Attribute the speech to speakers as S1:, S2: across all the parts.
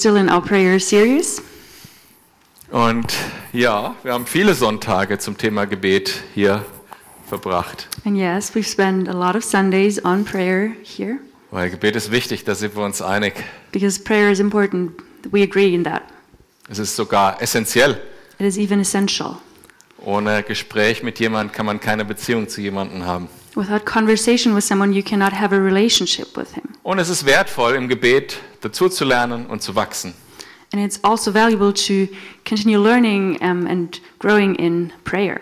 S1: Still in our prayer series.
S2: Und ja, wir haben viele Sonntage zum Thema Gebet hier verbracht,
S1: And yes, we've spent a lot of Sundays on prayer here
S2: weil Gebet ist wichtig, da sind wir uns einig.
S1: because prayer is important. We agree in that.
S2: Es ist sogar essentiell.
S1: It is even essential.
S2: Ohne Gespräch mit jemandem kann man keine Beziehung zu jemandem haben.
S1: Without conversation with someone, you cannot have a relationship with him.
S2: Und es ist wertvoll, im Gebet dazuzulernen und zu wachsen.
S1: And it's also valuable to continue learning um, and growing in prayer.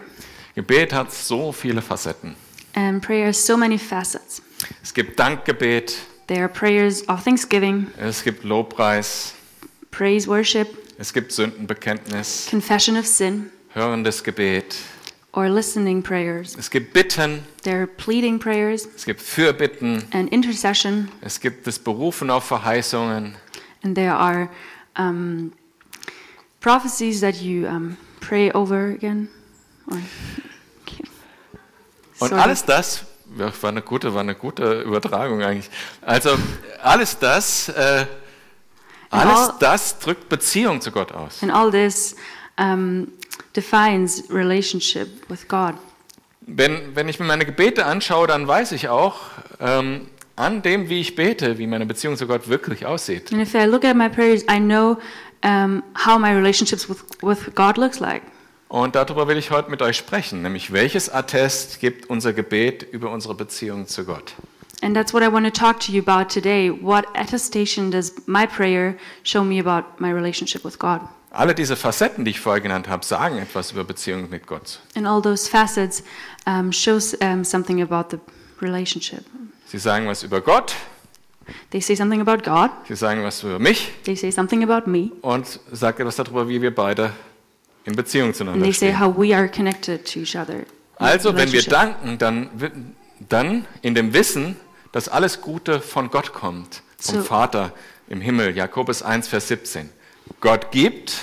S2: Gebet hat so viele Facetten.
S1: And prayer has so many facets.
S2: Es gibt Dankgebet,
S1: There are prayers of thanksgiving,
S2: es gibt Lobpreis,
S1: praise, worship,
S2: es gibt Sündenbekenntnis,
S1: confession of sin,
S2: hörendes Gebet,
S1: or listening prayers.
S2: es gibt Bitten,
S1: There are pleading prayers
S2: es gibt Fürbitten,
S1: and intercession.
S2: Es gibt das Berufen auf Verheißungen.
S1: And there are um, prophecies that you um, pray over again. Or,
S2: Und
S1: Sorry.
S2: alles das, ja, war eine gute, war eine gute Übertragung eigentlich. Also alles das, äh, alles
S1: all-
S2: das drückt Beziehung zu Gott aus.
S1: and all this um, defines relationship with God.
S2: Wenn, wenn ich mir meine Gebete anschaue, dann weiß ich auch ähm, an dem, wie ich bete, wie meine Beziehung zu Gott wirklich aussieht.
S1: And if I look at my prayers, I know um, how my relationships with, with God looks like.
S2: Und darüber will ich heute mit euch sprechen, nämlich welches Attest gibt unser Gebet über unsere Beziehung zu Gott?
S1: And that's what I want to talk to you about today. What attestation does my prayer show me about my relationship with God?
S2: Alle diese Facetten, die ich vorher genannt habe, sagen etwas über Beziehung mit Gott.
S1: And all those facets um, shows um, something about the relationship.
S2: Sie sagen was über Gott,
S1: They say something about God.
S2: Sie sagen was über mich
S1: They say something about me.
S2: und sagt etwas darüber, wie wir beide in Beziehung
S1: And
S2: zueinander
S1: they say
S2: stehen.
S1: how we are connected to each other.
S2: Also, wenn wir
S1: Relationship.
S2: danken, dann, wi- dann in dem Wissen, dass alles Gute von Gott kommt, vom
S1: So-
S2: Vater im Himmel, Jakobus 1, Vers 17. Gott gibt,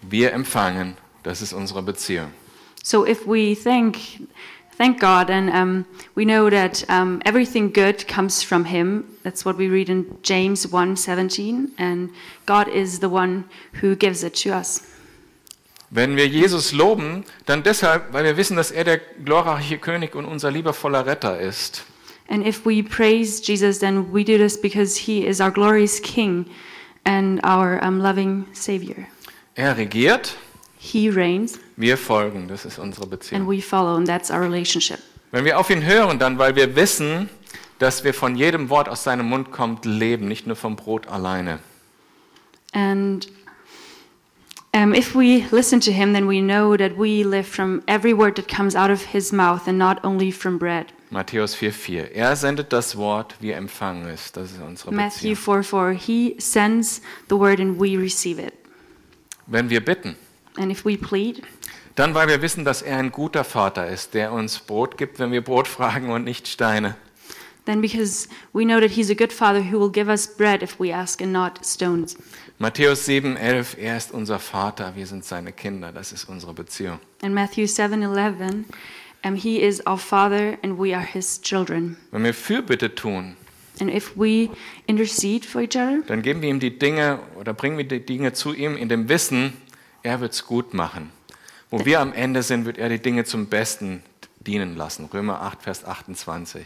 S2: wir empfangen. Das ist unsere Beziehung.
S1: So if we thank, thank God, and um, we know that um, everything good comes from Him. That's what we read in James 1:17, and God is the one who gives it to us.
S2: Wenn wir Jesus loben, dann deshalb, weil wir wissen, dass er der glorreiche König und unser liebevoller Retter ist.
S1: And if we praise Jesus, then we do this because He is our glorious King and our um, loving Savior.
S2: Er regiert,
S1: He reigns,
S2: wir folgen. Das ist unsere Beziehung.
S1: and we follow, and that's our relationship.
S2: Wenn wir auf ihn hören, dann weil wir wissen, dass wir von jedem Wort aus seinem Mund kommt, leben, nicht nur vom Brot alleine.
S1: And um, if we listen to him, then we know that we live from every word that comes out of his mouth and not only from bread.
S2: Matthäus 4,4. Er sendet das Wort, wir empfangen es. Das ist unsere
S1: Matthew 4
S2: Beziehung.
S1: 4. He sends the word and we receive it.
S2: Wenn wir bitten,
S1: And if we plead,
S2: dann weil wir wissen, dass er ein guter Vater ist, der uns Brot gibt, wenn wir Brot fragen und nicht Steine.
S1: then because we know that he's a good father who will give us bread if we ask and not stones.
S2: Matthäus 7,11. Er ist unser Vater, wir sind seine Kinder. Das ist unsere Beziehung.
S1: And Matthew seven eleven, um, he is our father and we are his children.
S2: Wenn wir Fürbitte tun,
S1: And if we intercede for each other,
S2: dann geben wir ihm die Dinge oder bringen wir die Dinge zu ihm in dem Wissen, er wird es gut machen. Wo wir am Ende sind, wird er die Dinge zum Besten dienen lassen. Römer 8, Vers 28.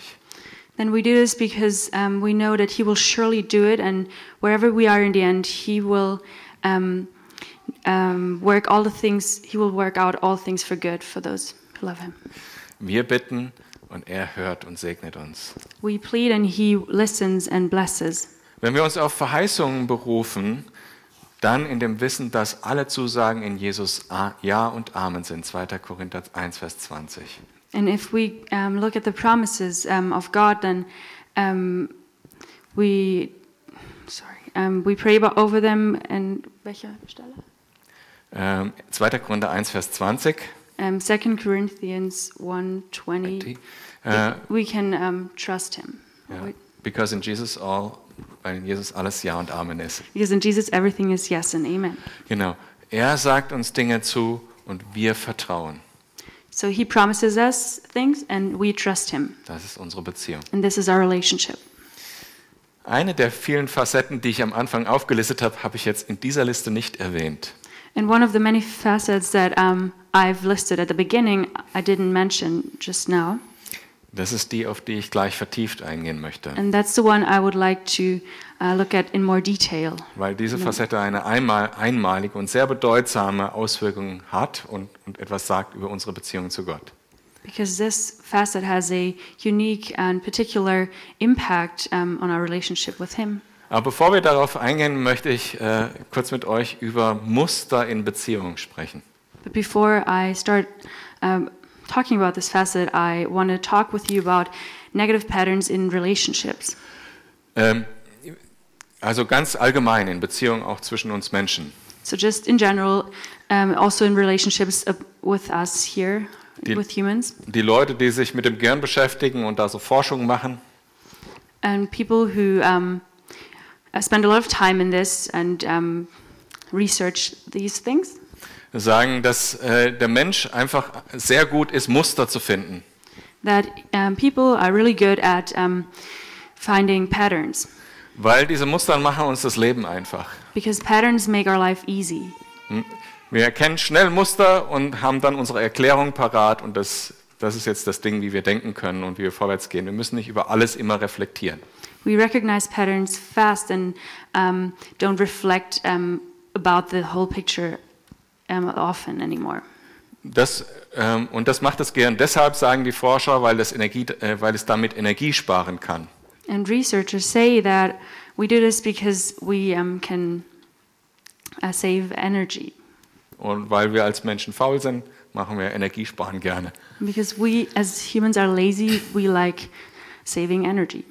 S1: Then we do this because um, we know that He will surely do it, and wherever we are in the end, He will um, um, work all the things. He will work out all things for good for those who love Him.
S2: Wir bitten und er hört und segnet uns.
S1: We plead, and He listens and blesses.
S2: Wenn wir uns auf Verheißungen berufen, dann in dem Wissen, dass alle Zusagen in Jesus A- Ja und Amen sind. 2. Korinther 1, Vers 20.
S1: And if we um, look at the promises um, of God, then um, we sorry um, we pray about, over them. And welcher Stelle?
S2: Ähm, 2. Korinther 1, Vers 20.
S1: Um, Second Corinthians 1.20.
S2: Äh,
S1: We can um, trust Him.
S2: Ja. Because in Jesus all, weil in Jesus alles Ja und Amen ist.
S1: Because in Jesus, everything is yes and amen.
S2: Genau. Er sagt uns Dinge zu und wir vertrauen.
S1: So he promises us things and we trust him.
S2: Das ist unsere Beziehung.
S1: And this is our relationship.
S2: Eine der vielen Facetten, die ich am Anfang aufgelistet habe, habe ich jetzt in dieser Liste nicht erwähnt.
S1: And one of the many facets that um, I've listed at the beginning, I didn't mention just now,
S2: Das ist die, auf die ich gleich vertieft eingehen möchte,
S1: and that's the one I would like to uh, look at in more detail.
S2: weil diese Facette eine einmal, einmalige und sehr bedeutsame Auswirkung hat und, und etwas sagt über unsere Beziehung zu Gott.
S1: Because this facet has a unique and particular impact um, on our relationship with Him.
S2: Aber bevor wir darauf eingehen, möchte ich äh, kurz mit euch über Muster in Beziehungen sprechen.
S1: But before I start um, talking about this facet, I want to talk with you about negative patterns in relationships.
S2: Ähm, also ganz allgemein in Beziehungen auch zwischen uns Menschen.
S1: So, just in general, um, also in relationships uh, with us here,
S2: Did-
S1: with humans,
S2: Die Leute, die sich mit dem Gehirn beschäftigen und da so Forschung machen,
S1: and people who um, uh, spend a lot of time in this and um, research these things.
S2: sagen, dass äh, der Mensch einfach sehr gut ist, Muster zu finden.
S1: that um, people are really good at um, finding patterns
S2: Weil diese Muster machen uns das Leben einfach.
S1: because patterns make our life easy.
S2: Wir erkennen schnell Muster und haben dann unsere Erklärung parat und das, das ist jetzt das Ding, wie wir denken können und wie wir vorwärts gehen. Wir müssen nicht über alles immer reflektieren.
S1: We recognize patterns fast and um, don't reflect um, about the whole picture um, often anymore.
S2: Das, ähm, und das macht das Gehirn deshalb, sagen die Forscher, weil, das Energie, äh, weil es damit Energie sparen kann.
S1: And researchers say that we do this because we um, can uh, save energy.
S2: Und weil wir als Menschen faul sind, machen wir Energiesparen gerne.
S1: Because we, as humans, are lazy, we like saving energy.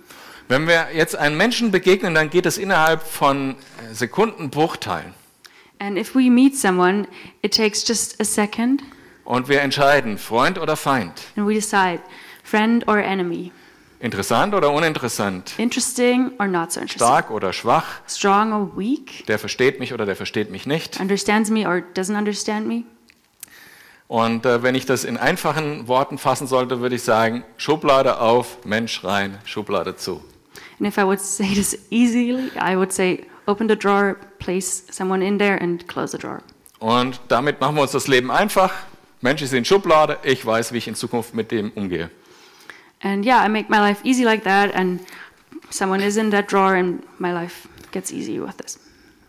S2: Wenn wir jetzt einem Menschen begegnen, dann geht es innerhalb von äh, Sekundenbruchteilen.
S1: And if we meet someone, it takes just a second
S2: Und wir entscheiden, Freund oder Feind,
S1: and we decide friend or enemy,
S2: interessant oder uninteressant,
S1: interesting or not so interesting,
S2: stark oder schwach,
S1: strong or weak,
S2: der versteht mich oder der versteht mich nicht.
S1: understands me or doesn't understand me.
S2: Und äh, wenn ich das in einfachen Worten fassen sollte, würde ich sagen, Schublade auf, Mensch rein, Schublade zu.
S1: And if I would say this easily, I would say open the drawer, place someone in there, and close the drawer.
S2: Und damit machen wir uns das Leben einfach. Mensch ist in Schublade, ich weiß, wie ich in Zukunft mit dem umgehe.
S1: And yeah, I make my life easy like that, and someone is in that drawer, and my life gets easy with this.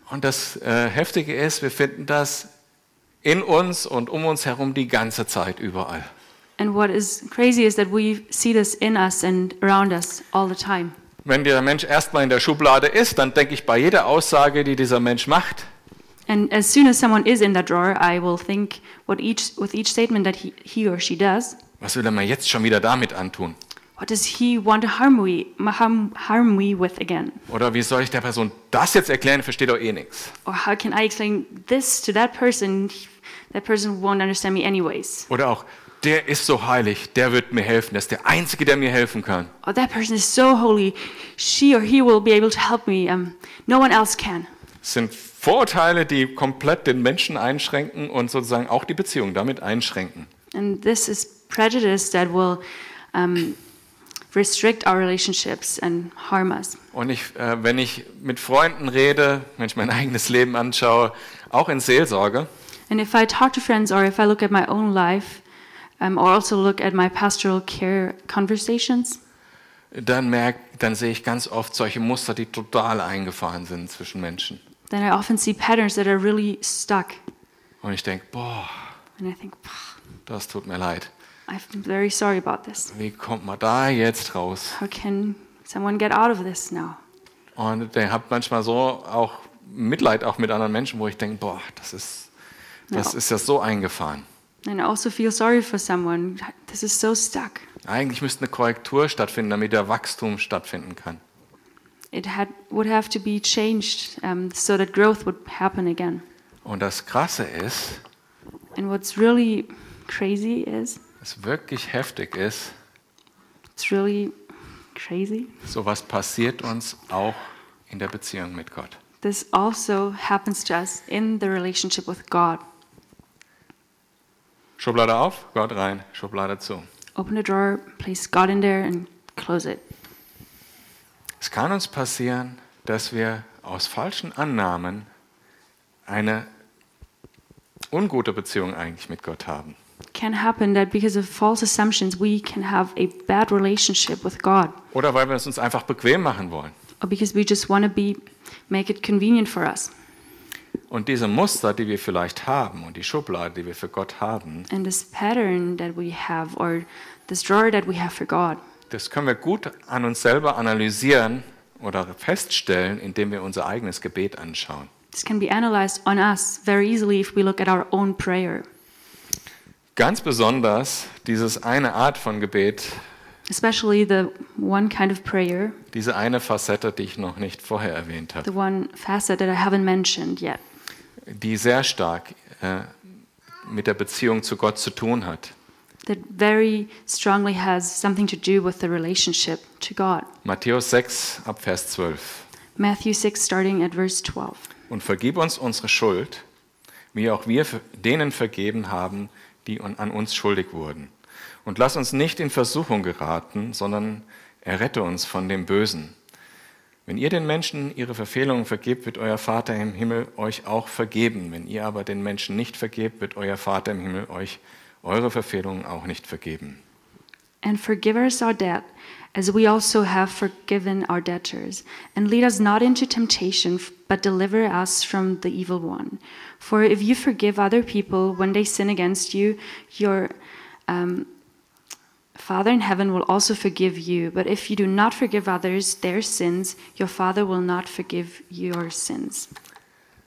S2: Und das äh, Heftige ist, wir finden das in uns und um uns herum die ganze Zeit überall.
S1: And what is crazy is that we see this in us and around us all the time.
S2: Wenn der Mensch erstmal in der Schublade ist, dann denke ich bei jeder Aussage, die dieser Mensch macht,
S1: And as soon as someone is in that drawer, I will think what each with each statement that he, he or she does,
S2: was will er mir jetzt schon wieder damit antun?
S1: what does he want to harm we harm, harm we with again?
S2: Oder wie soll ich der Person das jetzt erklären? Versteht doch eh nichts.
S1: Or how can I explain this to that person? That person won't understand me anyways.
S2: Oder auch, der ist so heilig, der wird mir helfen, das ist der Einzige, der mir helfen kann.
S1: Or that person is so holy, she or he will be able to help me. Um, no one else can.
S2: Es sind Vorurteile, die komplett den Menschen einschränken und sozusagen auch die Beziehung damit einschränken.
S1: And this is prejudice that will um, restrict our relationships and harm us.
S2: Und ich, äh, wenn ich mit Freunden rede, wenn ich mein eigenes Leben anschaue, auch in Seelsorge,
S1: And if I talk to friends or if I look at my own life, um, or also look at my pastoral care conversations,
S2: dann merk, dann sehe ich ganz oft solche Muster, die total eingefahren sind zwischen Menschen.
S1: then I often see patterns that are really stuck.
S2: Und ich denke, boah,
S1: And I think, "Pah,
S2: das tut mir leid.
S1: I'm very sorry about this.
S2: Wie kommt man da jetzt raus?
S1: How can someone get out of this now?
S2: Und der hat manchmal so auch Mitleid auch mit anderen Menschen, wo ich denke, boah, das ist, das
S1: Ja.
S2: ist ja so eingefahren.
S1: And I also feel sorry for someone. This is so stuck.
S2: Eigentlich müsste eine Korrektur stattfinden, damit der Wachstum stattfinden kann.
S1: It had, would have to be changed um, so that growth would happen again.
S2: Und das Krasse ist,
S1: And what's really crazy is,
S2: was wirklich heftig ist,
S1: it's really crazy.
S2: sowas passiert uns auch in der Beziehung mit Gott.
S1: This also happens to us in the relationship with God.
S2: Schublade auf, Gott rein, Schublade zu.
S1: Open the drawer, place God in there, and close it.
S2: Es kann uns passieren, dass wir aus falschen Annahmen eine ungute Beziehung eigentlich mit Gott haben.
S1: It can happen that because of false assumptions, we can have a bad relationship with God,
S2: Oder weil wir es uns einfach bequem machen wollen.
S1: or because we just want to be make it convenient for us.
S2: Und diese Muster, die wir vielleicht haben und die Schublade, die wir für Gott haben,
S1: And this pattern that we have, or this drawer that we have for God,
S2: das können wir gut an uns selber analysieren oder feststellen, indem wir unser eigenes Gebet anschauen.
S1: this can be analyzed on us very easily if we look at our own prayer,
S2: Ganz besonders dieses eine Art von Gebet,
S1: especially the one kind of prayer,
S2: diese eine Facette, die ich noch nicht vorher erwähnt habe,
S1: the one facet that I haven't mentioned yet,
S2: die sehr stark äh, mit der Beziehung zu Gott zu tun hat.
S1: that very strongly has something to do with the relationship to God.
S2: Matthäus 6 ab Vers 12.
S1: Matthew 6, starting at verse 12.
S2: Und vergib uns unsere Schuld, wie auch wir ver- denen vergeben haben, die un- an uns schuldig wurden. Und lass uns nicht in Versuchung geraten, sondern errette uns von dem Bösen. Wenn ihr den Menschen ihre Verfehlungen vergebt, wird euer Vater im Himmel euch auch vergeben. Wenn ihr aber den Menschen nicht vergebt, wird euer Vater im Himmel euch eure Verfehlungen auch nicht vergeben.
S1: And forgive us our debt, as we also have forgiven our debtors. And lead us not into temptation, f- but deliver us from the evil one. For if you forgive other people when they sin against you, your um, Father in heaven will also forgive you. But if you do not forgive others their sins, your Father will not forgive your sins.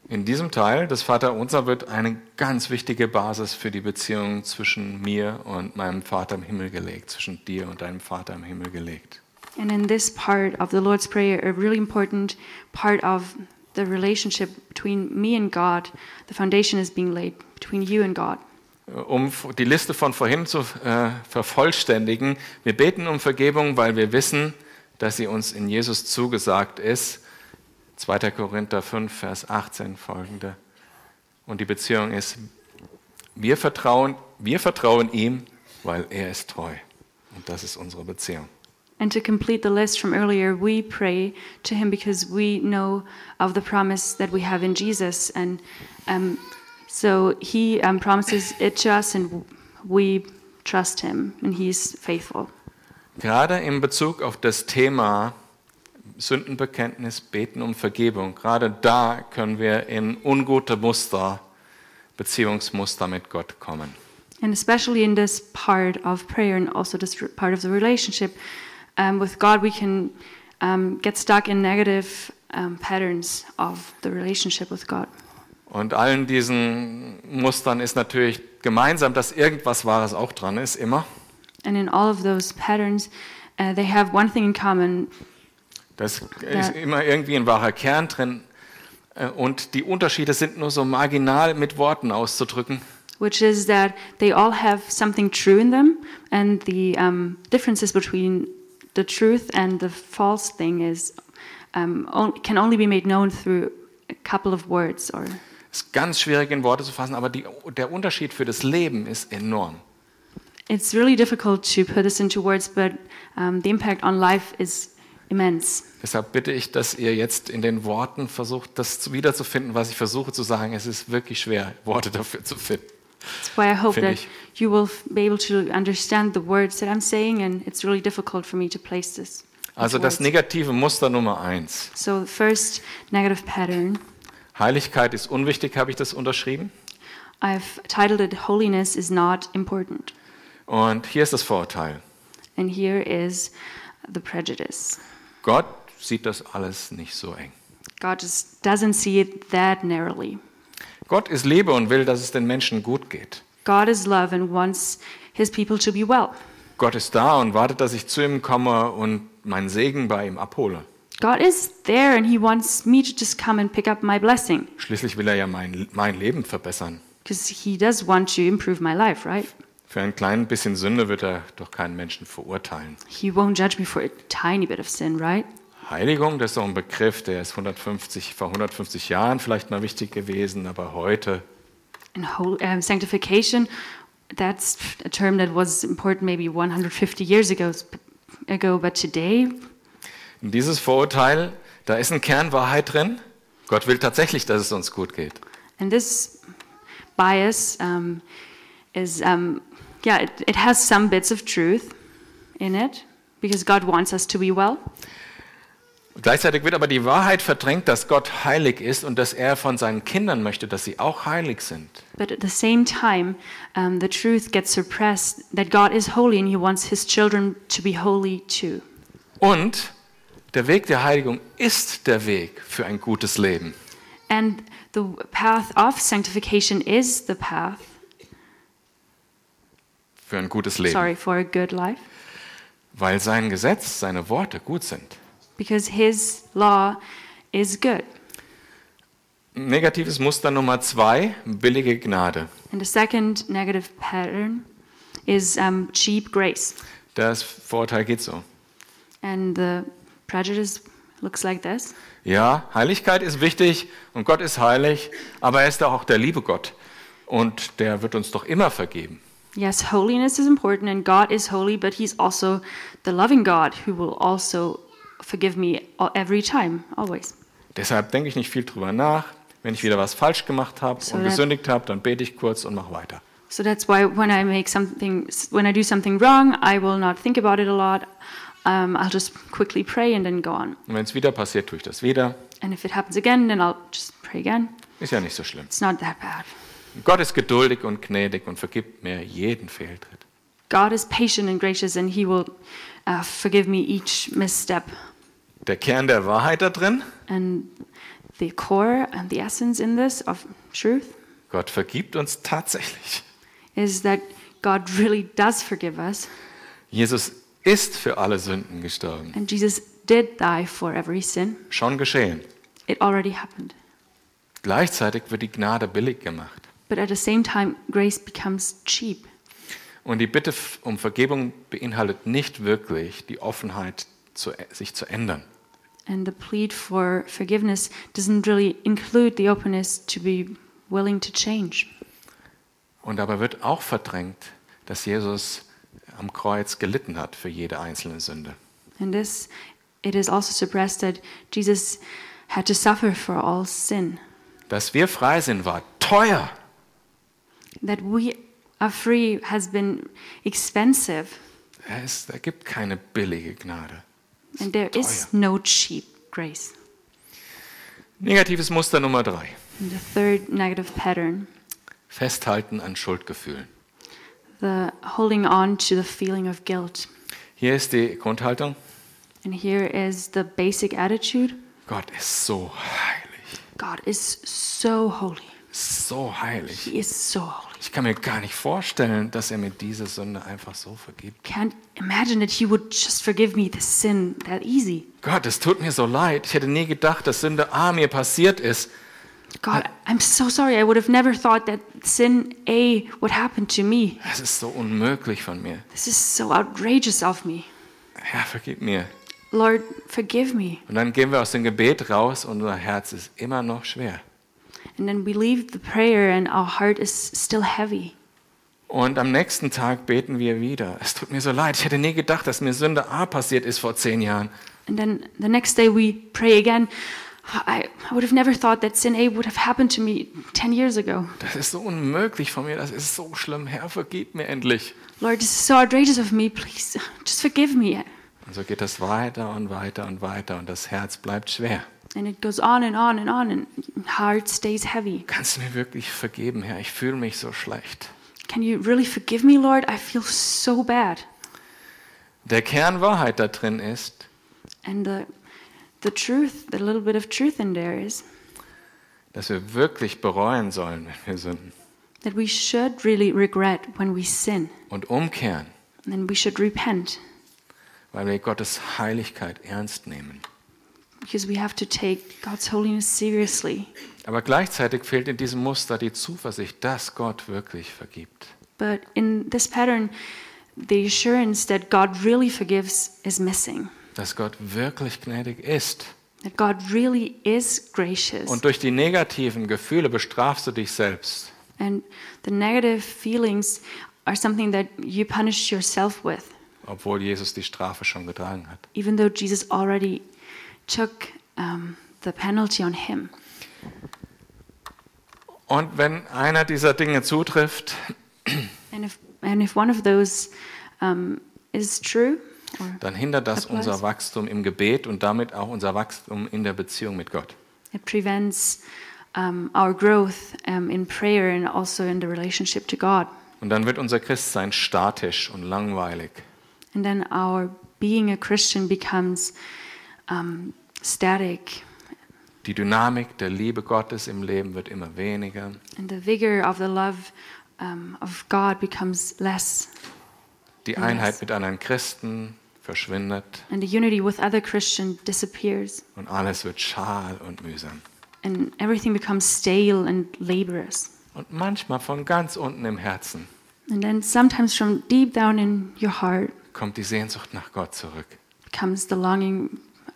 S2: In diesem Teil des Vaterunser wird eine ganz wichtige Basis für die Beziehung zwischen mir und meinem Vater im Himmel gelegt, zwischen dir und deinem Vater im Himmel gelegt.
S1: And in this part of the Lord's Prayer, a really important part of the relationship between me and God, the foundation is being laid between you and God.
S2: Äh, Um f- die Liste von vorhin zu äh, vervollständigen, wir beten um Vergebung, weil wir wissen, dass sie uns in Jesus zugesagt ist. 2. Korinther 5, Vers 18 folgende. Und die Beziehung ist, wir vertrauen, wir vertrauen ihm, weil er ist treu. Und das ist unsere Beziehung.
S1: And to complete the list from earlier, we pray to Him because we know of the promise that we have in Jesus. And um, so He um, promises it to us, and we trust Him, and He's faithful.
S2: Gerade in Bezug auf das Thema Sündenbekenntnis, Beten um Vergebung, gerade da können wir in ungute Muster, Beziehungsmuster mit Gott kommen.
S1: And especially in this part of prayer and also this r- part of the relationship um, with God, we can um, get stuck in negative um, patterns of the relationship with God.
S2: Und allen diesen Mustern ist natürlich gemeinsam, dass irgendwas Wahres auch dran ist, immer,
S1: And in all of those patterns, uh, they have one thing in common
S2: Das ist immer irgendwie ein wahrer Kern drin. Äh, Und die Unterschiede sind nur so marginal mit Worten auszudrücken.
S1: which is that they all have something true in them, and the um, differences between the truth and the false thing is um, on- can only be made known through a couple of words. Or
S2: Ist ganz schwierig in Worte zu fassen, aber die, der Unterschied für das Leben ist enorm.
S1: it's really difficult to put this into words, but um, the impact on life is immense.
S2: Deshalb bitte ich, dass ihr jetzt in den Worten versucht, das zu- wiederzufinden, was ich versuche zu sagen. Es ist wirklich schwer, Worte dafür zu finden.
S1: That's why I hope
S2: Finde
S1: that
S2: ich.
S1: you will f- be able to understand the words that I'm saying, and it's really difficult for me to place this. into
S2: Also
S1: words.
S2: das negative Muster Nummer eins.
S1: so the first negative pattern.
S2: Heiligkeit ist unwichtig, habe ich das unterschrieben.
S1: I've titled it Holiness is Not Important.
S2: Und hier ist das Vorurteil.
S1: And here is the prejudice.
S2: Gott sieht das alles nicht so eng.
S1: God just doesn't see it that narrowly.
S2: Gott ist Liebe und will, dass es den Menschen gut geht.
S1: God is love and wants his people to be well.
S2: Gott ist da und wartet, dass ich zu ihm komme und meinen Segen bei ihm abhole.
S1: God is there and he wants me to just come and pick up my blessing
S2: Schließlich will er ja mein, mein Leben verbessern.
S1: because he does want to improve my life, right?
S2: Für ein klein bisschen Sünde wird er doch keinen Menschen verurteilen.
S1: He won't judge me for a tiny bit of sin, right?
S2: Heiligung, das ist doch ein Begriff, der ist 150, vor 150 Jahren vielleicht mal wichtig gewesen, aber heute
S1: And hol- um, sanctification, that's a term that was important maybe 150 years ago, ago but today
S2: In dieses Vorurteil, da ist ein Kern Wahrheit drin. Gott will tatsächlich, dass es uns gut geht.
S1: And this bias um, is, um, yeah, it, it has some bits of truth in it because God wants us to be well.
S2: Gleichzeitig wird aber die Wahrheit verdrängt, dass Gott heilig ist und dass er von seinen Kindern möchte, dass sie auch heilig sind.
S1: But at the same time, um, the truth gets suppressed that God is holy and He wants His children to be holy too.
S2: Und der Weg der Heiligung ist der Weg für ein gutes Leben.
S1: And the path of sanctification is the path,
S2: Für ein gutes Leben.
S1: sorry, for a good life
S2: Weil sein Gesetz, seine Worte gut sind.
S1: because His law is good.
S2: Negatives Muster Nummer zwei, billige Gnade.
S1: And the second negative pattern is um, cheap grace.
S2: Das Vorurteil geht so.
S1: And the prejudice looks like this.
S2: Ja, Heiligkeit ist wichtig und Gott ist heilig, aber er ist doch auch der liebe Gott und der wird uns doch immer vergeben.
S1: Yes, holiness is important and God is holy, but He's also the loving God who will also forgive me all- every time, always.
S2: Deshalb denke ich nicht viel drüber nach. Wenn ich wieder was falsch gemacht habe
S1: So
S2: und
S1: that-
S2: gesündigt habe, dann bete ich kurz und mache weiter.
S1: So that's why when I make something, when I do something wrong, I will not think about it a lot. Um, I'll just quickly pray and then go on.
S2: Und wenn es wieder passiert, tue ich das wieder.
S1: And if it happens again, then I'll just pray again.
S2: Ist ja nicht so schlimm.
S1: It's not that bad.
S2: Gott ist geduldig und gnädig und vergibt mir jeden Fehltritt.
S1: God is patient and gracious, and He will uh, forgive me each misstep.
S2: Der Kern der Wahrheit da drin,
S1: And the core and the essence in this of truth
S2: Gott vergibt uns tatsächlich.
S1: is that God really does forgive us,
S2: Jesus ist für alle Sünden gestorben.
S1: and Jesus did die for every sin.
S2: Schon geschehen.
S1: It already happened.
S2: Gleichzeitig wird die Gnade billig gemacht.
S1: But at the same time, grace becomes cheap.
S2: Und die Bitte f- um Vergebung beinhaltet nicht wirklich die Offenheit, zu, sich zu ändern.
S1: And the plead for forgiveness doesn't really include the openness to be willing to change.
S2: Und dabei wird auch verdrängt, dass Jesus am Kreuz gelitten hat für jede einzelne Sünde.
S1: And this, it is also suppressed that Jesus had to suffer for all sin.
S2: Dass wir frei sind, war teuer.
S1: That we are free has been expensive,
S2: Es da gibt keine billige Gnade.
S1: and there is no cheap grace.
S2: Negatives Muster Nummer drei.
S1: And the third negative pattern,
S2: Festhalten an Schuldgefühlen.
S1: the holding on to the feeling of guilt.
S2: Hier ist die Grundhaltung.
S1: And here is the basic attitude
S2: Gott ist so heilig.
S1: God is so holy.
S2: So heilig.
S1: He is so holy.
S2: Ich kann mir gar nicht vorstellen, dass er mir diese Sünde einfach so vergibt.
S1: Can't imagine that He would just forgive me this sin that easy.
S2: Gott, es tut mir so leid. Ich hätte nie gedacht, dass Sünde A mir passiert ist.
S1: God, I'm so sorry. I would have never thought that sin A would happen to me.
S2: Es ist so unmöglich von mir.
S1: This is so outrageous of me.
S2: Herr, vergib mir.
S1: Lord, forgive me.
S2: Und dann gehen wir aus dem Gebet raus und unser Herz ist immer noch schwer.
S1: And then we leave the prayer and our heart is still heavy.
S2: Und am nächsten Tag beten wir wieder. Es tut mir so leid. Ich hätte nie gedacht, dass mir Sünde A passiert ist vor zehn Jahren.
S1: And then the next day we pray again. I, I would have never thought that sin A would have happened to me 10 years ago.
S2: Das ist so unmöglich von mir. Das ist so schlimm. Herr, vergib mir endlich.
S1: Lord, this is so outrageous of me. Please, just forgive me.
S2: Und so geht das weiter und weiter und weiter und das Herz bleibt schwer.
S1: And it goes on and on and on, and heart stays heavy.
S2: Kannst du mir wirklich vergeben, Herr? Ich fühle mich so schlecht.
S1: Can you really forgive me, Lord? I feel so bad.
S2: Der Kern Wahrheit da drin ist,
S1: And the the truth, the little bit of truth in there is
S2: dass wir wirklich bereuen sollen, wenn wir sünden
S1: that we should really regret when we sin,
S2: und umkehren,
S1: and we should repent
S2: weil wir Gottes Heiligkeit ernst nehmen.
S1: because we have to take God's holiness seriously.
S2: Aber gleichzeitig fehlt in diesem Muster die Zuversicht, dass Gott wirklich vergibt.
S1: But in this pattern, the assurance that God really forgives is missing.
S2: Dass Gott wirklich gnädig ist.
S1: That God really is gracious.
S2: Und durch die negativen Gefühle bestrafst du dich selbst.
S1: And the negative feelings are something that you punish yourself with.
S2: obwohl Jesus die Strafe schon getragen hat.
S1: even though Jesus already took um, the penalty on him.
S2: Und wenn einer dieser Dinge zutrifft,
S1: And if, and if one of those um, is true, or
S2: dann hindert das
S1: Applaus.
S2: unser Wachstum im Gebet und damit auch unser Wachstum in der Beziehung mit Gott.
S1: it prevents um, our growth um, in prayer and also in the relationship to God.
S2: Und dann wird unser Christsein statisch und langweilig.
S1: And then our being a Christian becomes um, static,
S2: Die Dynamik der Liebe Gottes im Leben wird immer weniger.
S1: and the vigor of the love um, of God becomes less,
S2: Die Einheit mit anderen Christen verschwindet
S1: and the unity with other Christian disappears,
S2: und alles wird schal und mühsam.
S1: and everything becomes stale and laborious.
S2: Und manchmal von ganz unten im Herzen
S1: And then sometimes from deep down in your heart
S2: kommt die Sehnsucht nach Gott zurück.
S1: comes the longing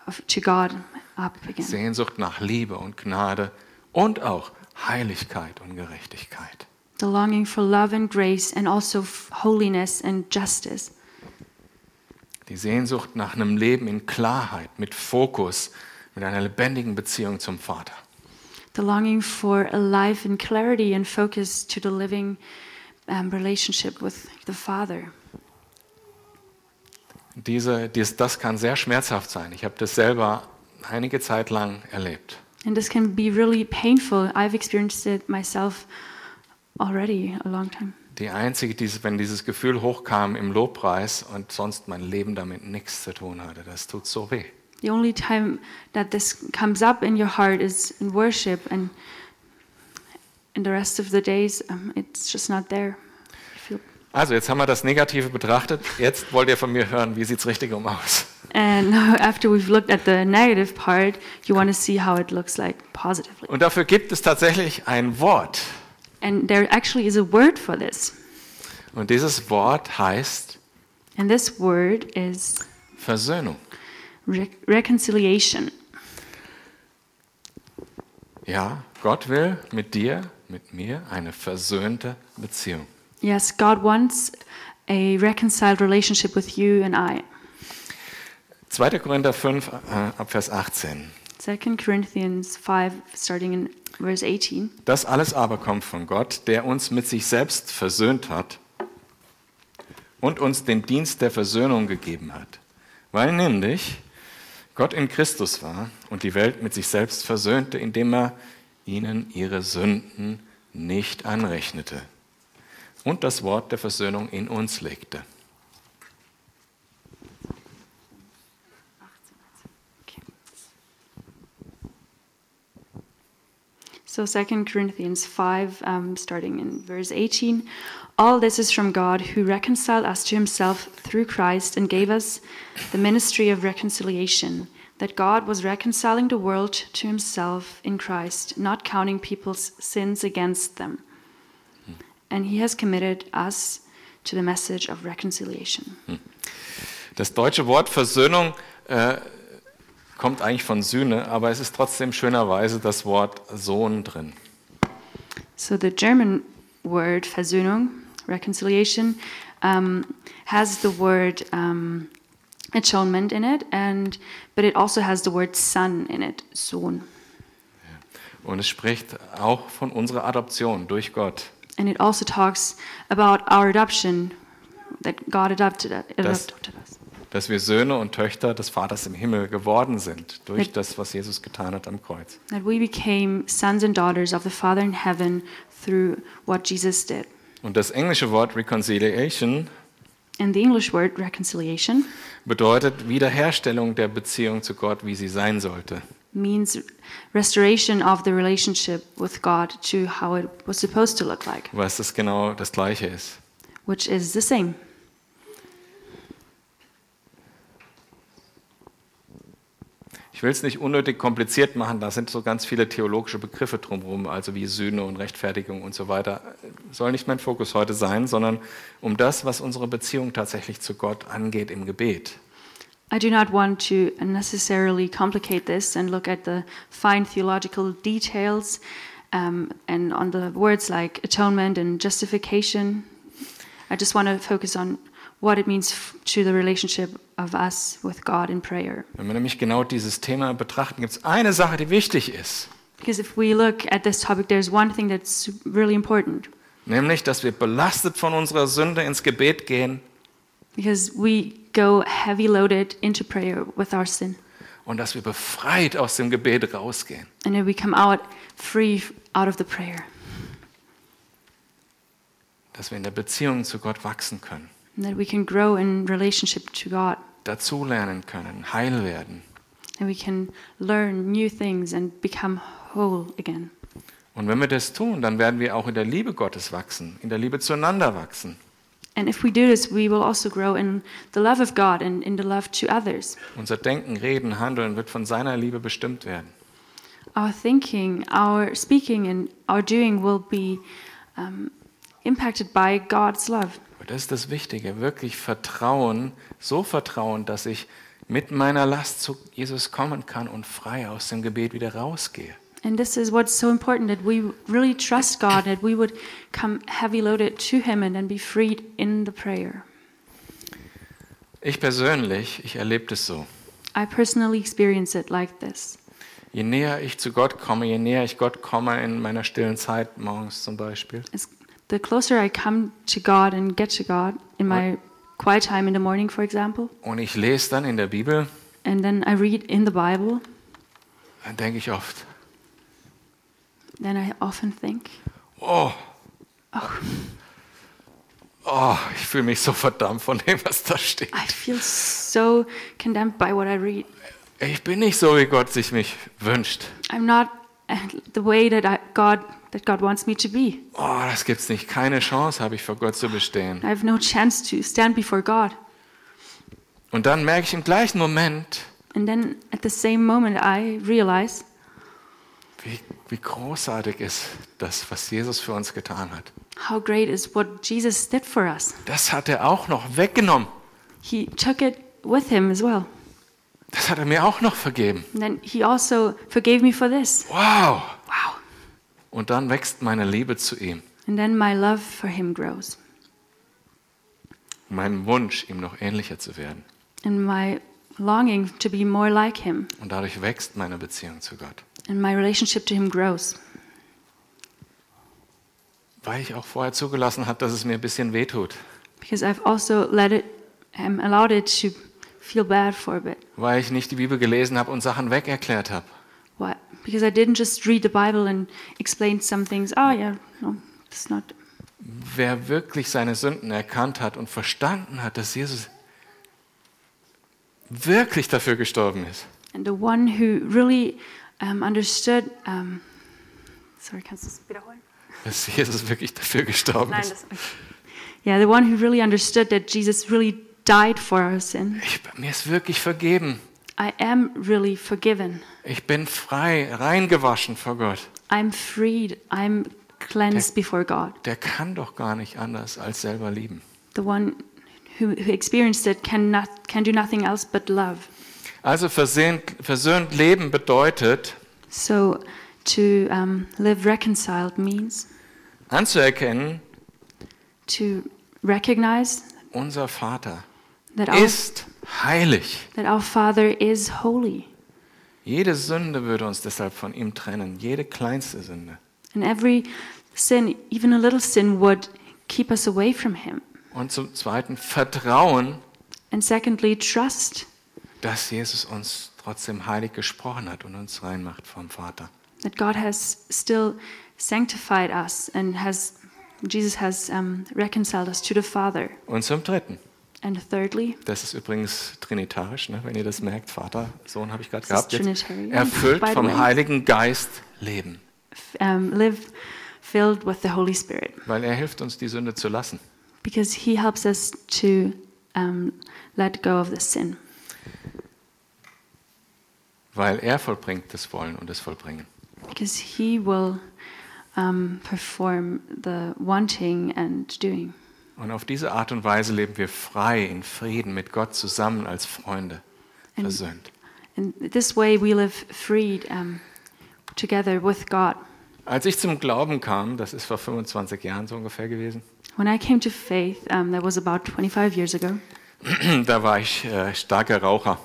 S1: of, to God up again.
S2: Sehnsucht nach Liebe und Gnade und auch Heiligkeit und Gerechtigkeit.
S1: The longing for love and grace and also f- holiness and justice.
S2: Die Sehnsucht nach einem Leben in Klarheit, mit Fokus, mit einer lebendigen Beziehung zum Vater.
S1: The longing for a life in clarity and focus to the living um, relationship with the Father.
S2: Diese, dies, das kann sehr schmerzhaft sein. Ich habe das selber einige Zeit lang erlebt.
S1: And this can be really painful. I've experienced it myself already a long time.
S2: Die einzige, die, wenn dieses Gefühl hochkam im Lobpreis und sonst mein Leben damit nichts zu tun hatte, das tut so weh.
S1: The only time that this comes up in your heart is in worship, and in the rest of the days, um, it's just not there. I feel-
S2: Also jetzt haben wir das Negative betrachtet. Jetzt wollt ihr von mir hören, wie sieht's richtig um aus?
S1: And now, after we've looked at the negative part, you want to see how it looks like positively.
S2: Und dafür gibt es tatsächlich ein Wort.
S1: And there actually is a word for this,
S2: Und dieses Wort heißt
S1: and this word is
S2: Versöhnung.
S1: re- reconciliation.
S2: Ja, Gott will mit dir, mit mir eine versöhnte Beziehung.
S1: Yes, God wants a reconciled relationship with you and I.
S2: 2. Korinther 5, äh, ab Vers 18.
S1: 2 Corinthians 5, starting in verse 18.
S2: Das alles aber kommt von Gott, der uns mit sich selbst versöhnt hat und uns den Dienst der Versöhnung gegeben hat. Weil nämlich Gott in Christus war und die Welt mit sich selbst versöhnte, indem er ihnen ihre Sünden nicht anrechnete und das Wort der Versöhnung in uns legte.
S1: So 2 Corinthians 5, um, starting in verse 18. All this is from God, who reconciled us to himself through Christ and gave us the ministry of reconciliation, that God was reconciling the world to himself in Christ, not counting people's sins against them. And he has committed us to the message of reconciliation.
S2: Das deutsche Wort Versöhnung äh, kommt eigentlich von Sühne, aber es ist trotzdem schönerweise das Wort Sohn drin.
S1: So the German word Versöhnung, reconciliation, um, has the word um, atonement in it, and but it also has the word son in it, Sohn,
S2: Und es spricht auch von unserer Adoption durch Gott,
S1: and it also talks about our adoption that God adopted, uh,
S2: Das-
S1: adopted us.
S2: dass wir Söhne und Töchter des Vaters im Himmel geworden sind, durch das, was Jesus getan hat am Kreuz.
S1: That we became sons and daughters of the Father in heaven through what Jesus did.
S2: Und das englische Wort Reconciliation
S1: And the English word reconciliation
S2: bedeutet Wiederherstellung der Beziehung zu Gott, wie sie sein sollte.
S1: means restoration of the relationship with God to how it was supposed to look like.
S2: Was das genau das Gleiche ist.
S1: which is the same.
S2: Ich will es nicht unnötig kompliziert machen, da sind so ganz viele theologische Begriffe drumherum, also wie Sühne und Rechtfertigung und so weiter. Soll nicht mein Fokus heute sein, sondern um das, was unsere Beziehung tatsächlich zu Gott angeht im Gebet.
S1: I do not want to unnecessarily complicate this and look at the fine theological details um, and on the words like atonement and justification. I just want to focus on what it means f- to the relationship of us with God in prayer.
S2: Wenn wir nämlich genau dieses Thema betrachten, gibt es eine Sache, die wichtig ist,
S1: Because if we look at this topic, there's one thing that's really important.
S2: nämlich, dass wir belastet von unserer Sünde ins Gebet gehen
S1: Because we go heavy loaded into prayer with our sin.
S2: und dass wir befreit aus dem Gebet rausgehen.
S1: And then we come out free f- out of the prayer.
S2: Dass wir in der Beziehung zu Gott wachsen können,
S1: And that we can grow in relationship to God.
S2: dazulernen können, heil werden.
S1: And we can learn new things and become whole again.
S2: Und wenn wir das tun, dann werden wir auch in der Liebe Gottes wachsen, in der Liebe zueinander wachsen.
S1: And if we do this, we will also grow in the love of God and in the love to others.
S2: Unser Denken, Reden, Handeln wird von seiner Liebe bestimmt werden.
S1: Our thinking, our speaking, and our doing will be um, impacted by God's love.
S2: Aber das ist das Wichtige, wirklich Vertrauen, so Vertrauen, dass ich mit meiner Last zu Jesus kommen kann und frei aus dem Gebet wieder rausgehe.
S1: And this is what's so important that we really trust God, that we would come heavy loaded to Him and then be freed in the prayer.
S2: Ich persönlich, ich erlebe das so.
S1: I personally experience it like this.
S2: Je näher ich zu Gott komme, je näher ich Gott komme in meiner stillen Zeit, morgens zum Beispiel,
S1: It's, the closer I come to God and get to God in my quiet time in the morning, for example,
S2: und ich lese dann in der Bibel,
S1: and then I read in the Bible,
S2: dann denke ich oft,
S1: then I often think,
S2: oh, oh, ich fühle mich so verdammt von dem, was da steht.
S1: I feel so condemned by what I read.
S2: Ich bin nicht so, wie Gott sich mich wünscht.
S1: I'm not the way that I, God that God wants me to be.
S2: Oh, das gibt's nicht. Keine Chance habe ich vor Gott zu bestehen.
S1: I have no chance to stand before God.
S2: Und dann merke ich im gleichen Moment,
S1: And then at the same moment, I realize
S2: wie, wie großartig ist das, was Jesus für uns getan hat.
S1: how great is what Jesus did for us.
S2: Das hat er auch noch weggenommen.
S1: He took it with him as well.
S2: Das hat er mir auch noch vergeben.
S1: And then he also forgave me for this.
S2: Wow!
S1: Wow.
S2: Und dann wächst meine Liebe zu ihm.
S1: And then my love for him grows
S2: Mein Wunsch, ihm noch ähnlicher zu werden.
S1: and my longing to be more like him
S2: Und dadurch wächst meine Beziehung zu Gott.
S1: and my relationship to him grows
S2: Weil ich auch vorher zugelassen habe, dass es mir ein bisschen wehtut.
S1: because I've also let it um, allowed it to feel bad for a bit.
S2: Weil ich nicht die Bibel gelesen habe und Sachen wegerklärt habe.
S1: Why? Because I didn't just read the Bible and explain some things. Oh yeah, no, it's not.
S2: Wer wirklich seine Sünden erkannt hat und verstanden hat, dass Jesus wirklich dafür gestorben ist,
S1: And the one who really um, understood. Um, sorry, kannst du es wiederholen?
S2: dass Jesus wirklich dafür gestorben
S1: Nein,
S2: ist.
S1: das. Okay. Yeah, the one who really understood that Jesus really died for our sin.
S2: Ich, mir ist wirklich vergeben.
S1: I am really forgiven.
S2: Ich bin frei, reingewaschen vor Gott.
S1: I'm freed. I'm cleansed before God.
S2: Der kann doch gar nicht anders als selber lieben.
S1: The one who, who experienced it can not, can do nothing else but love.
S2: Also versöhnt, versöhnt leben bedeutet,
S1: So, to um, live reconciled means
S2: anzuerkennen,
S1: to recognize
S2: unser Vater
S1: that our,
S2: ist heilig.
S1: that our Father is holy,
S2: Jede Sünde würde uns deshalb von ihm trennen, jede kleinste Sünde.
S1: and every sin, even a little sin, would keep us away from Him.
S2: Und zum Zweiten Vertrauen,
S1: And secondly, trust
S2: dass Jesus uns trotzdem heilig gesprochen hat und uns rein macht vom Vater.
S1: that God has still sanctified us and has Jesus has um, reconciled us to the Father.
S2: Und zum Dritten,
S1: And thirdly,
S2: das ist übrigens trinitarisch, ne? wenn ihr das merkt, Vater, Sohn habe ich gerade
S1: Das ist
S2: gehabt, jetzt,
S1: Trinitarian,
S2: erfüllt
S1: by the
S2: vom
S1: way.
S2: Heiligen Geist leben,
S1: f- um, live filled with the Holy Spirit,
S2: weil er hilft uns, die Sünde zu lassen.
S1: because He helps us to um, let go of the sin.
S2: Weil er vollbringt das Wollen und das Vollbringen.
S1: Because he will um, perform the wanting and doing.
S2: Und auf diese Art und Weise leben wir frei in Frieden mit Gott zusammen als Freunde,
S1: Ein-
S2: versöhnt.
S1: And this way we live freed um, together with God.
S2: Als ich zum Glauben kam, das ist vor 25 Jahren so ungefähr gewesen,
S1: When I came to faith, um, that was about 25 years ago,
S2: da war ich äh, starker Raucher,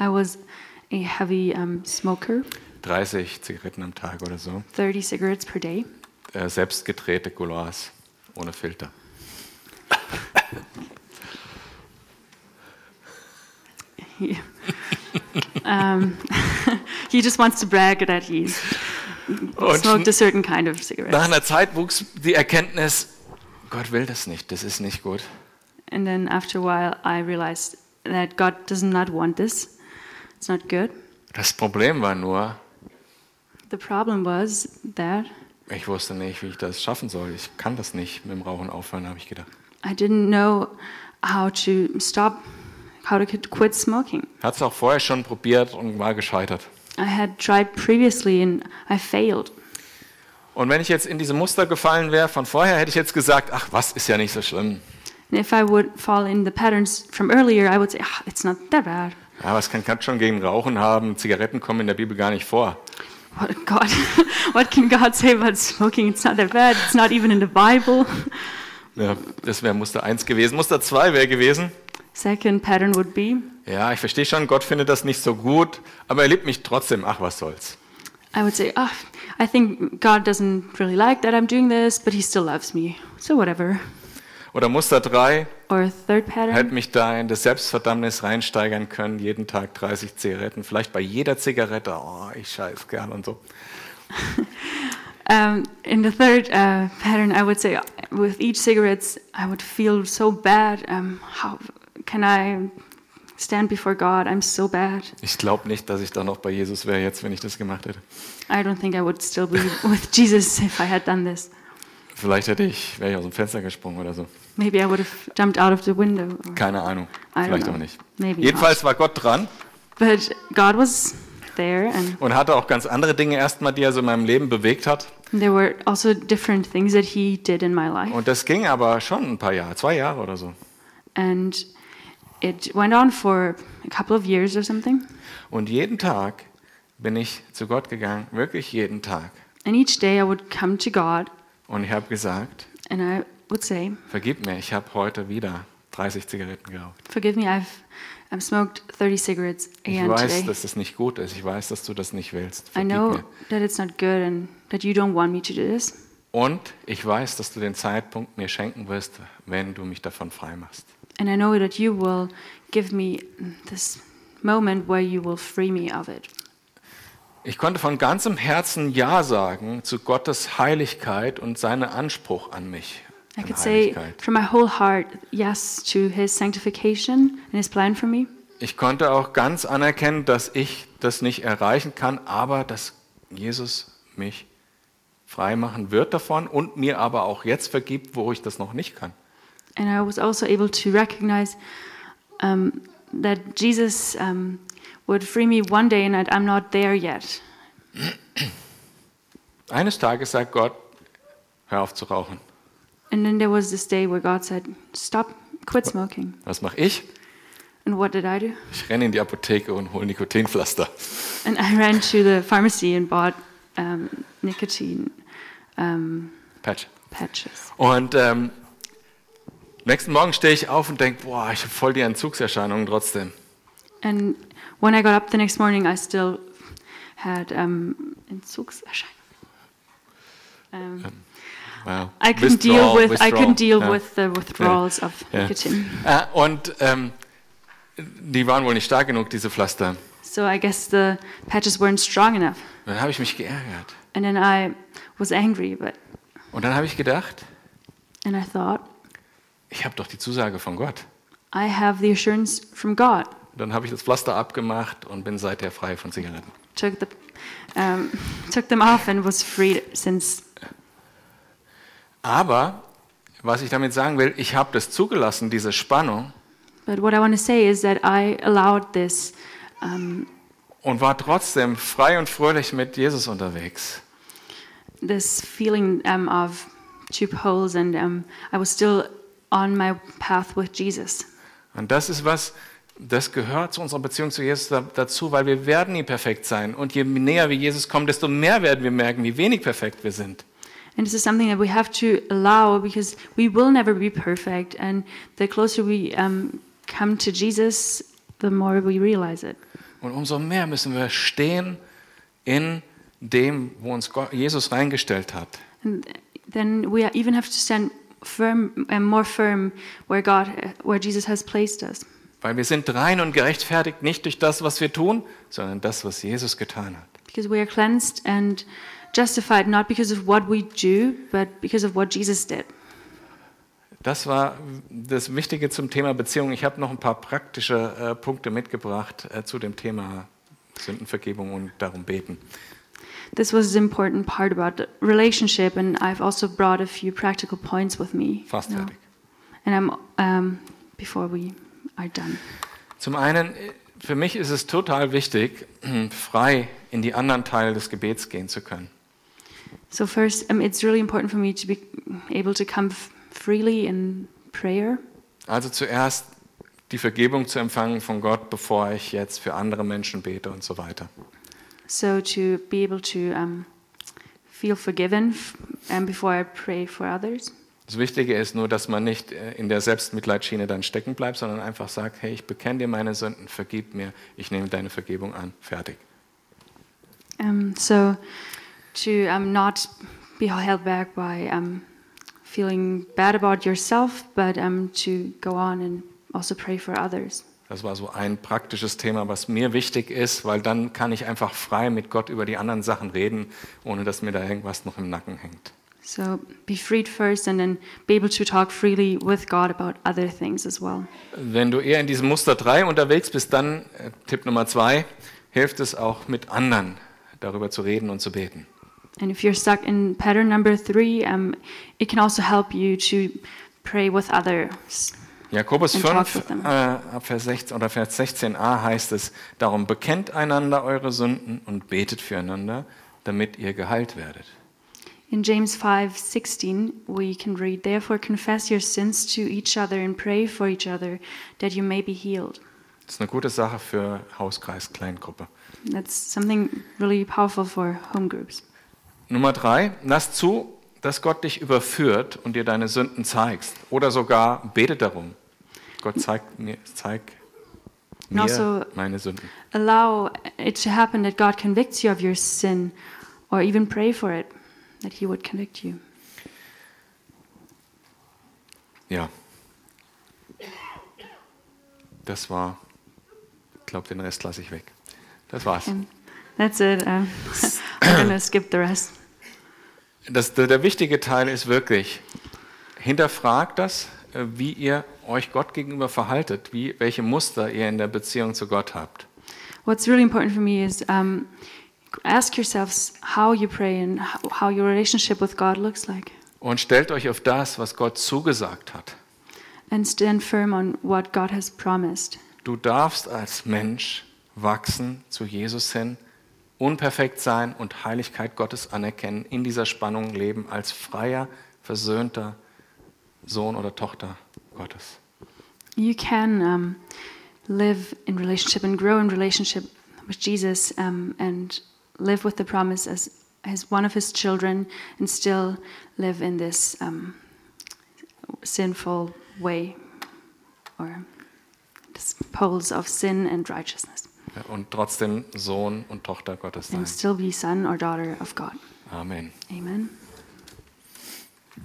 S1: I was a heavy um, smoker,
S2: 30 Zigaretten am Tag oder so,
S1: 30 cigarettes per day,
S2: äh, selbst gedrehte Gouloirs ohne Filter.
S1: He- um, he just wants to brag that he's
S2: Und
S1: smoked a certain kind of cigarette.
S2: nach einer Zeit wuchs die Erkenntnis, Gott will das nicht, das ist nicht gut.
S1: and then after a while, I realized that God does not want this. It's not good.
S2: Das Problem war nur,
S1: The problem was that
S2: ich wusste nicht, wie ich das schaffen soll. Ich kann das nicht mit dem Rauchen aufhören, habe ich gedacht.
S1: I didn't know how to stop, how to qu- quit smoking.
S2: Hat es auch vorher schon probiert und war gescheitert.
S1: I had tried previously and I failed.
S2: Und wenn ich jetzt in diese Muster gefallen wäre von vorher, hätte ich jetzt gesagt, ach was, ist ja nicht so schlimm.
S1: And if I would fall in the patterns from earlier, I would say, ah, it's not that bad.
S2: Ja, was kann Gott schon gegen Rauchen haben? Zigaretten kommen in der Bibel gar nicht vor.
S1: What, God, what can God say about smoking? It's not that bad. It's not even in the Bible.
S2: Ja, das wäre Muster 1 gewesen. Muster 2 wäre gewesen.
S1: Second pattern would be
S2: Ja, ich verstehe schon, Gott findet das nicht so gut, aber er liebt mich trotzdem. Ach, was soll's.
S1: I would say, oh, I think God doesn't really like that I'm doing this, but He still loves me. So whatever.
S2: Oder Muster 3,
S1: Or third
S2: er
S1: pattern,
S2: hätte mich da in das Selbstverdammnis reinsteigern können, jeden Tag 30 Zigaretten, vielleicht bei jeder Zigarette, oh, ich scheiß gern und so.
S1: um, in the third uh, pattern, I would say, with each cigarettes, I would feel so bad. Um, how can I stand before God? I'm so bad.
S2: Ich glaube nicht, dass ich da noch bei Jesus wäre jetzt, wenn ich das gemacht hätte.
S1: I don't think I would still be with Jesus if I had done this.
S2: Vielleicht hätte ich, wäre ich aus dem Fenster gesprungen oder so.
S1: Maybe I would have jumped out of the window. or-
S2: Keine Ahnung.
S1: I don't
S2: Vielleicht
S1: know.
S2: auch nicht.
S1: Maybe
S2: Jedenfalls war Gott dran
S1: But God was there, and
S2: und hatte auch ganz andere Dinge erstmal, die er so in meinem Leben bewegt hat.
S1: there were also different things that He did in my life.
S2: Und das ging aber schon ein paar Jahre, zwei Jahre oder so.
S1: and it went on for a couple of years or something.
S2: Und jeden Tag bin ich zu Gott gegangen, wirklich jeden Tag.
S1: And each day I would come to God
S2: Und ich habe gesagt,
S1: and I would say,
S2: vergib mir, ich habe heute wieder 30 Zigaretten geraucht.
S1: "Forgive me, I've I've smoked 30 cigarettes
S2: Ich
S1: again
S2: weiß,
S1: today.
S2: dass es nicht gut ist. Ich weiß, dass du das nicht willst.
S1: I
S2: Vergib
S1: know
S2: mir.
S1: that it's not good and that you don't want me to do this,
S2: Und ich weiß, dass du den Zeitpunkt mir schenken wirst, wenn du mich davon freimachst.
S1: and I know that you will give me this moment where you will free me of it."
S2: Ich konnte von ganzem Herzen Ja sagen zu Gottes Heiligkeit und seinem Anspruch an mich.
S1: I
S2: an
S1: could say
S2: Heiligkeit.
S1: from my whole heart yes to his sanctification and his plan for me.
S2: Ich konnte auch ganz anerkennen, dass ich das nicht erreichen kann, aber dass Jesus mich freimachen wird davon und mir aber auch jetzt vergibt, wo ich das noch nicht kann.
S1: And I was also able to recognize um, that Jesus um, would free me one day, and that I'm not there yet.
S2: Eines Tages sagt Gott, hör auf zu rauchen.
S1: And then there was this day where God said, Stop, quit smoking.
S2: Was mache ich?
S1: And what did I do?
S2: Ich renne in die Apotheke und hole Nikotinpflaster.
S1: And I ran to the pharmacy and bought um, nicotine um,
S2: Patch.
S1: patches.
S2: Und ähm, nächsten Morgen stehe ich auf und denke, boah, ich habe voll die Entzugserscheinungen trotzdem.
S1: And when I got up the next morning, I still had um, Entzugserscheinung. Um,
S2: Wow.
S1: I couldn't deal
S2: Withdrawal,
S1: with I
S2: withdrawal.
S1: couldn't deal
S2: Ja.
S1: with the withdrawals of
S2: Ja.
S1: nicotine.
S2: Äh, und ähm, die waren wohl nicht stark genug, diese Pflaster.
S1: So I guess the patches weren't strong enough.
S2: Dann habe ich mich geärgert.
S1: And then I was angry, but
S2: Und dann habe ich gedacht,
S1: and I thought,
S2: ich habe doch die Zusage von Gott.
S1: I have the assurance from God.
S2: Dann habe ich das Pflaster abgemacht und bin seither frei von Zigaretten.
S1: Took the um, took them off and was freed since
S2: Aber was ich damit sagen will, ich habe das zugelassen, diese Spannung,
S1: but what I want to say is that I allowed this um,
S2: und war trotzdem frei und fröhlich mit Jesus unterwegs.
S1: this feeling um, of two poles and um, I was still on my path with Jesus.
S2: Und das ist was, das gehört zu unserer Beziehung zu Jesus da, dazu, weil wir werden nie perfekt sein. Und je näher wir Jesus kommen, desto mehr werden wir merken, wie wenig perfekt wir sind.
S1: And this is something that we have to allow because we will never be perfect. And the closer we um, come to Jesus, the more we realize it.
S2: Und umso mehr müssen wir stehen in dem, wo uns Gott- Jesus reingestellt hat.
S1: And then we even have to stand firm and more firm where God, uh, where Jesus has placed us.
S2: Weil wir sind rein und gerechtfertigt nicht durch das, was wir tun, sondern das, was Jesus getan hat.
S1: Because we are cleansed and justified not because of what we do, but because of what Jesus did.
S2: Das war das Wichtige zum Thema Beziehung. Ich habe noch ein paar praktische äh, Punkte mitgebracht äh, zu dem Thema Sündenvergebung und darum beten.
S1: This was the important part about the relationship, and I've also brought a few practical points with me.
S2: Fast
S1: now.
S2: fertig.
S1: And I'm um, before we are done.
S2: Zum einen, äh, für mich ist es total wichtig, frei in die anderen Teile des Gebets gehen zu können.
S1: So first, um, it's really important for me to be able to come f- freely in prayer.
S2: Also zuerst die Vergebung zu empfangen von Gott, bevor ich jetzt für andere Menschen bete und so weiter.
S1: So to be able to um, feel forgiven f- and before I pray for others.
S2: Das Wichtige ist nur, dass man nicht äh, in der Selbstmitleidschiene dann stecken bleibt, sondern einfach sagt, hey, ich bekenne dir meine Sünden, vergib mir, ich nehme deine Vergebung an, fertig.
S1: Um, so to um, not be held back by um, feeling bad about yourself, but um, to go on and also pray for others.
S2: Das war so ein praktisches Thema, was mir wichtig ist, weil dann kann ich einfach frei mit Gott über die anderen Sachen reden, ohne dass mir da irgendwas noch im Nacken hängt.
S1: So be freed first and then be able to talk freely with God about other things as well.
S2: Wenn du eher in diesem Muster 3 unterwegs bist, dann äh, Tipp Nummer 2, hilft es auch mit anderen darüber zu reden und zu beten.
S1: And if you're stuck in pattern number three, um, it can also help you to pray with others.
S2: Jakobus
S1: And
S2: 5,
S1: talk with them.
S2: äh, ab Vers 16, oder Vers 16a heißt es, darum bekennt einander eure Sünden und betet füreinander, damit ihr geheilt werdet.
S1: In James 5:16, we can read, "Therefore confess your sins to each other and pray for each other that you may be healed."
S2: Das ist eine gute Sache für Hauskreis, Kleingruppe.
S1: That's something really powerful for home groups.
S2: Nummer drei, lass zu, dass Gott dich überführt und dir deine Sünden zeigst. Oder sogar betet darum. Gott zeigt mir, zeig mir
S1: Also-
S2: meine Sünden.
S1: Allow it to happen that God convicts you of your sin or even pray for it that he would convict you.
S2: Ja. Das war, ich glaube, den Rest lasse ich weg. Das war's.
S1: And that's it. Um, I'm going to skip the rest.
S2: Das, der, der wichtige Teil ist wirklich, hinterfragt das, äh, wie ihr euch Gott gegenüber verhaltet, wie, welche Muster ihr in der Beziehung zu Gott habt.
S1: What's really important for me is um, ask yourselves how you pray and how, how your relationship with God looks like,
S2: Und stellt euch auf das, was Gott zugesagt hat.
S1: and stand firm on what God has promised.
S2: Du darfst als Mensch wachsen zu Jesus hin, unperfekt sein und Heiligkeit Gottes anerkennen, in dieser Spannung leben als freier, versöhnter Sohn oder Tochter Gottes.
S1: You can um, live in relationship and grow in relationship with Jesus um, and live with the promise as, as one of his children and still live in this um, sinful way or this poles of sin and righteousness
S2: Ja, Und trotzdem Sohn und Tochter Gottes sein.
S1: and still be son or daughter of God.
S2: Amen.
S1: Amen.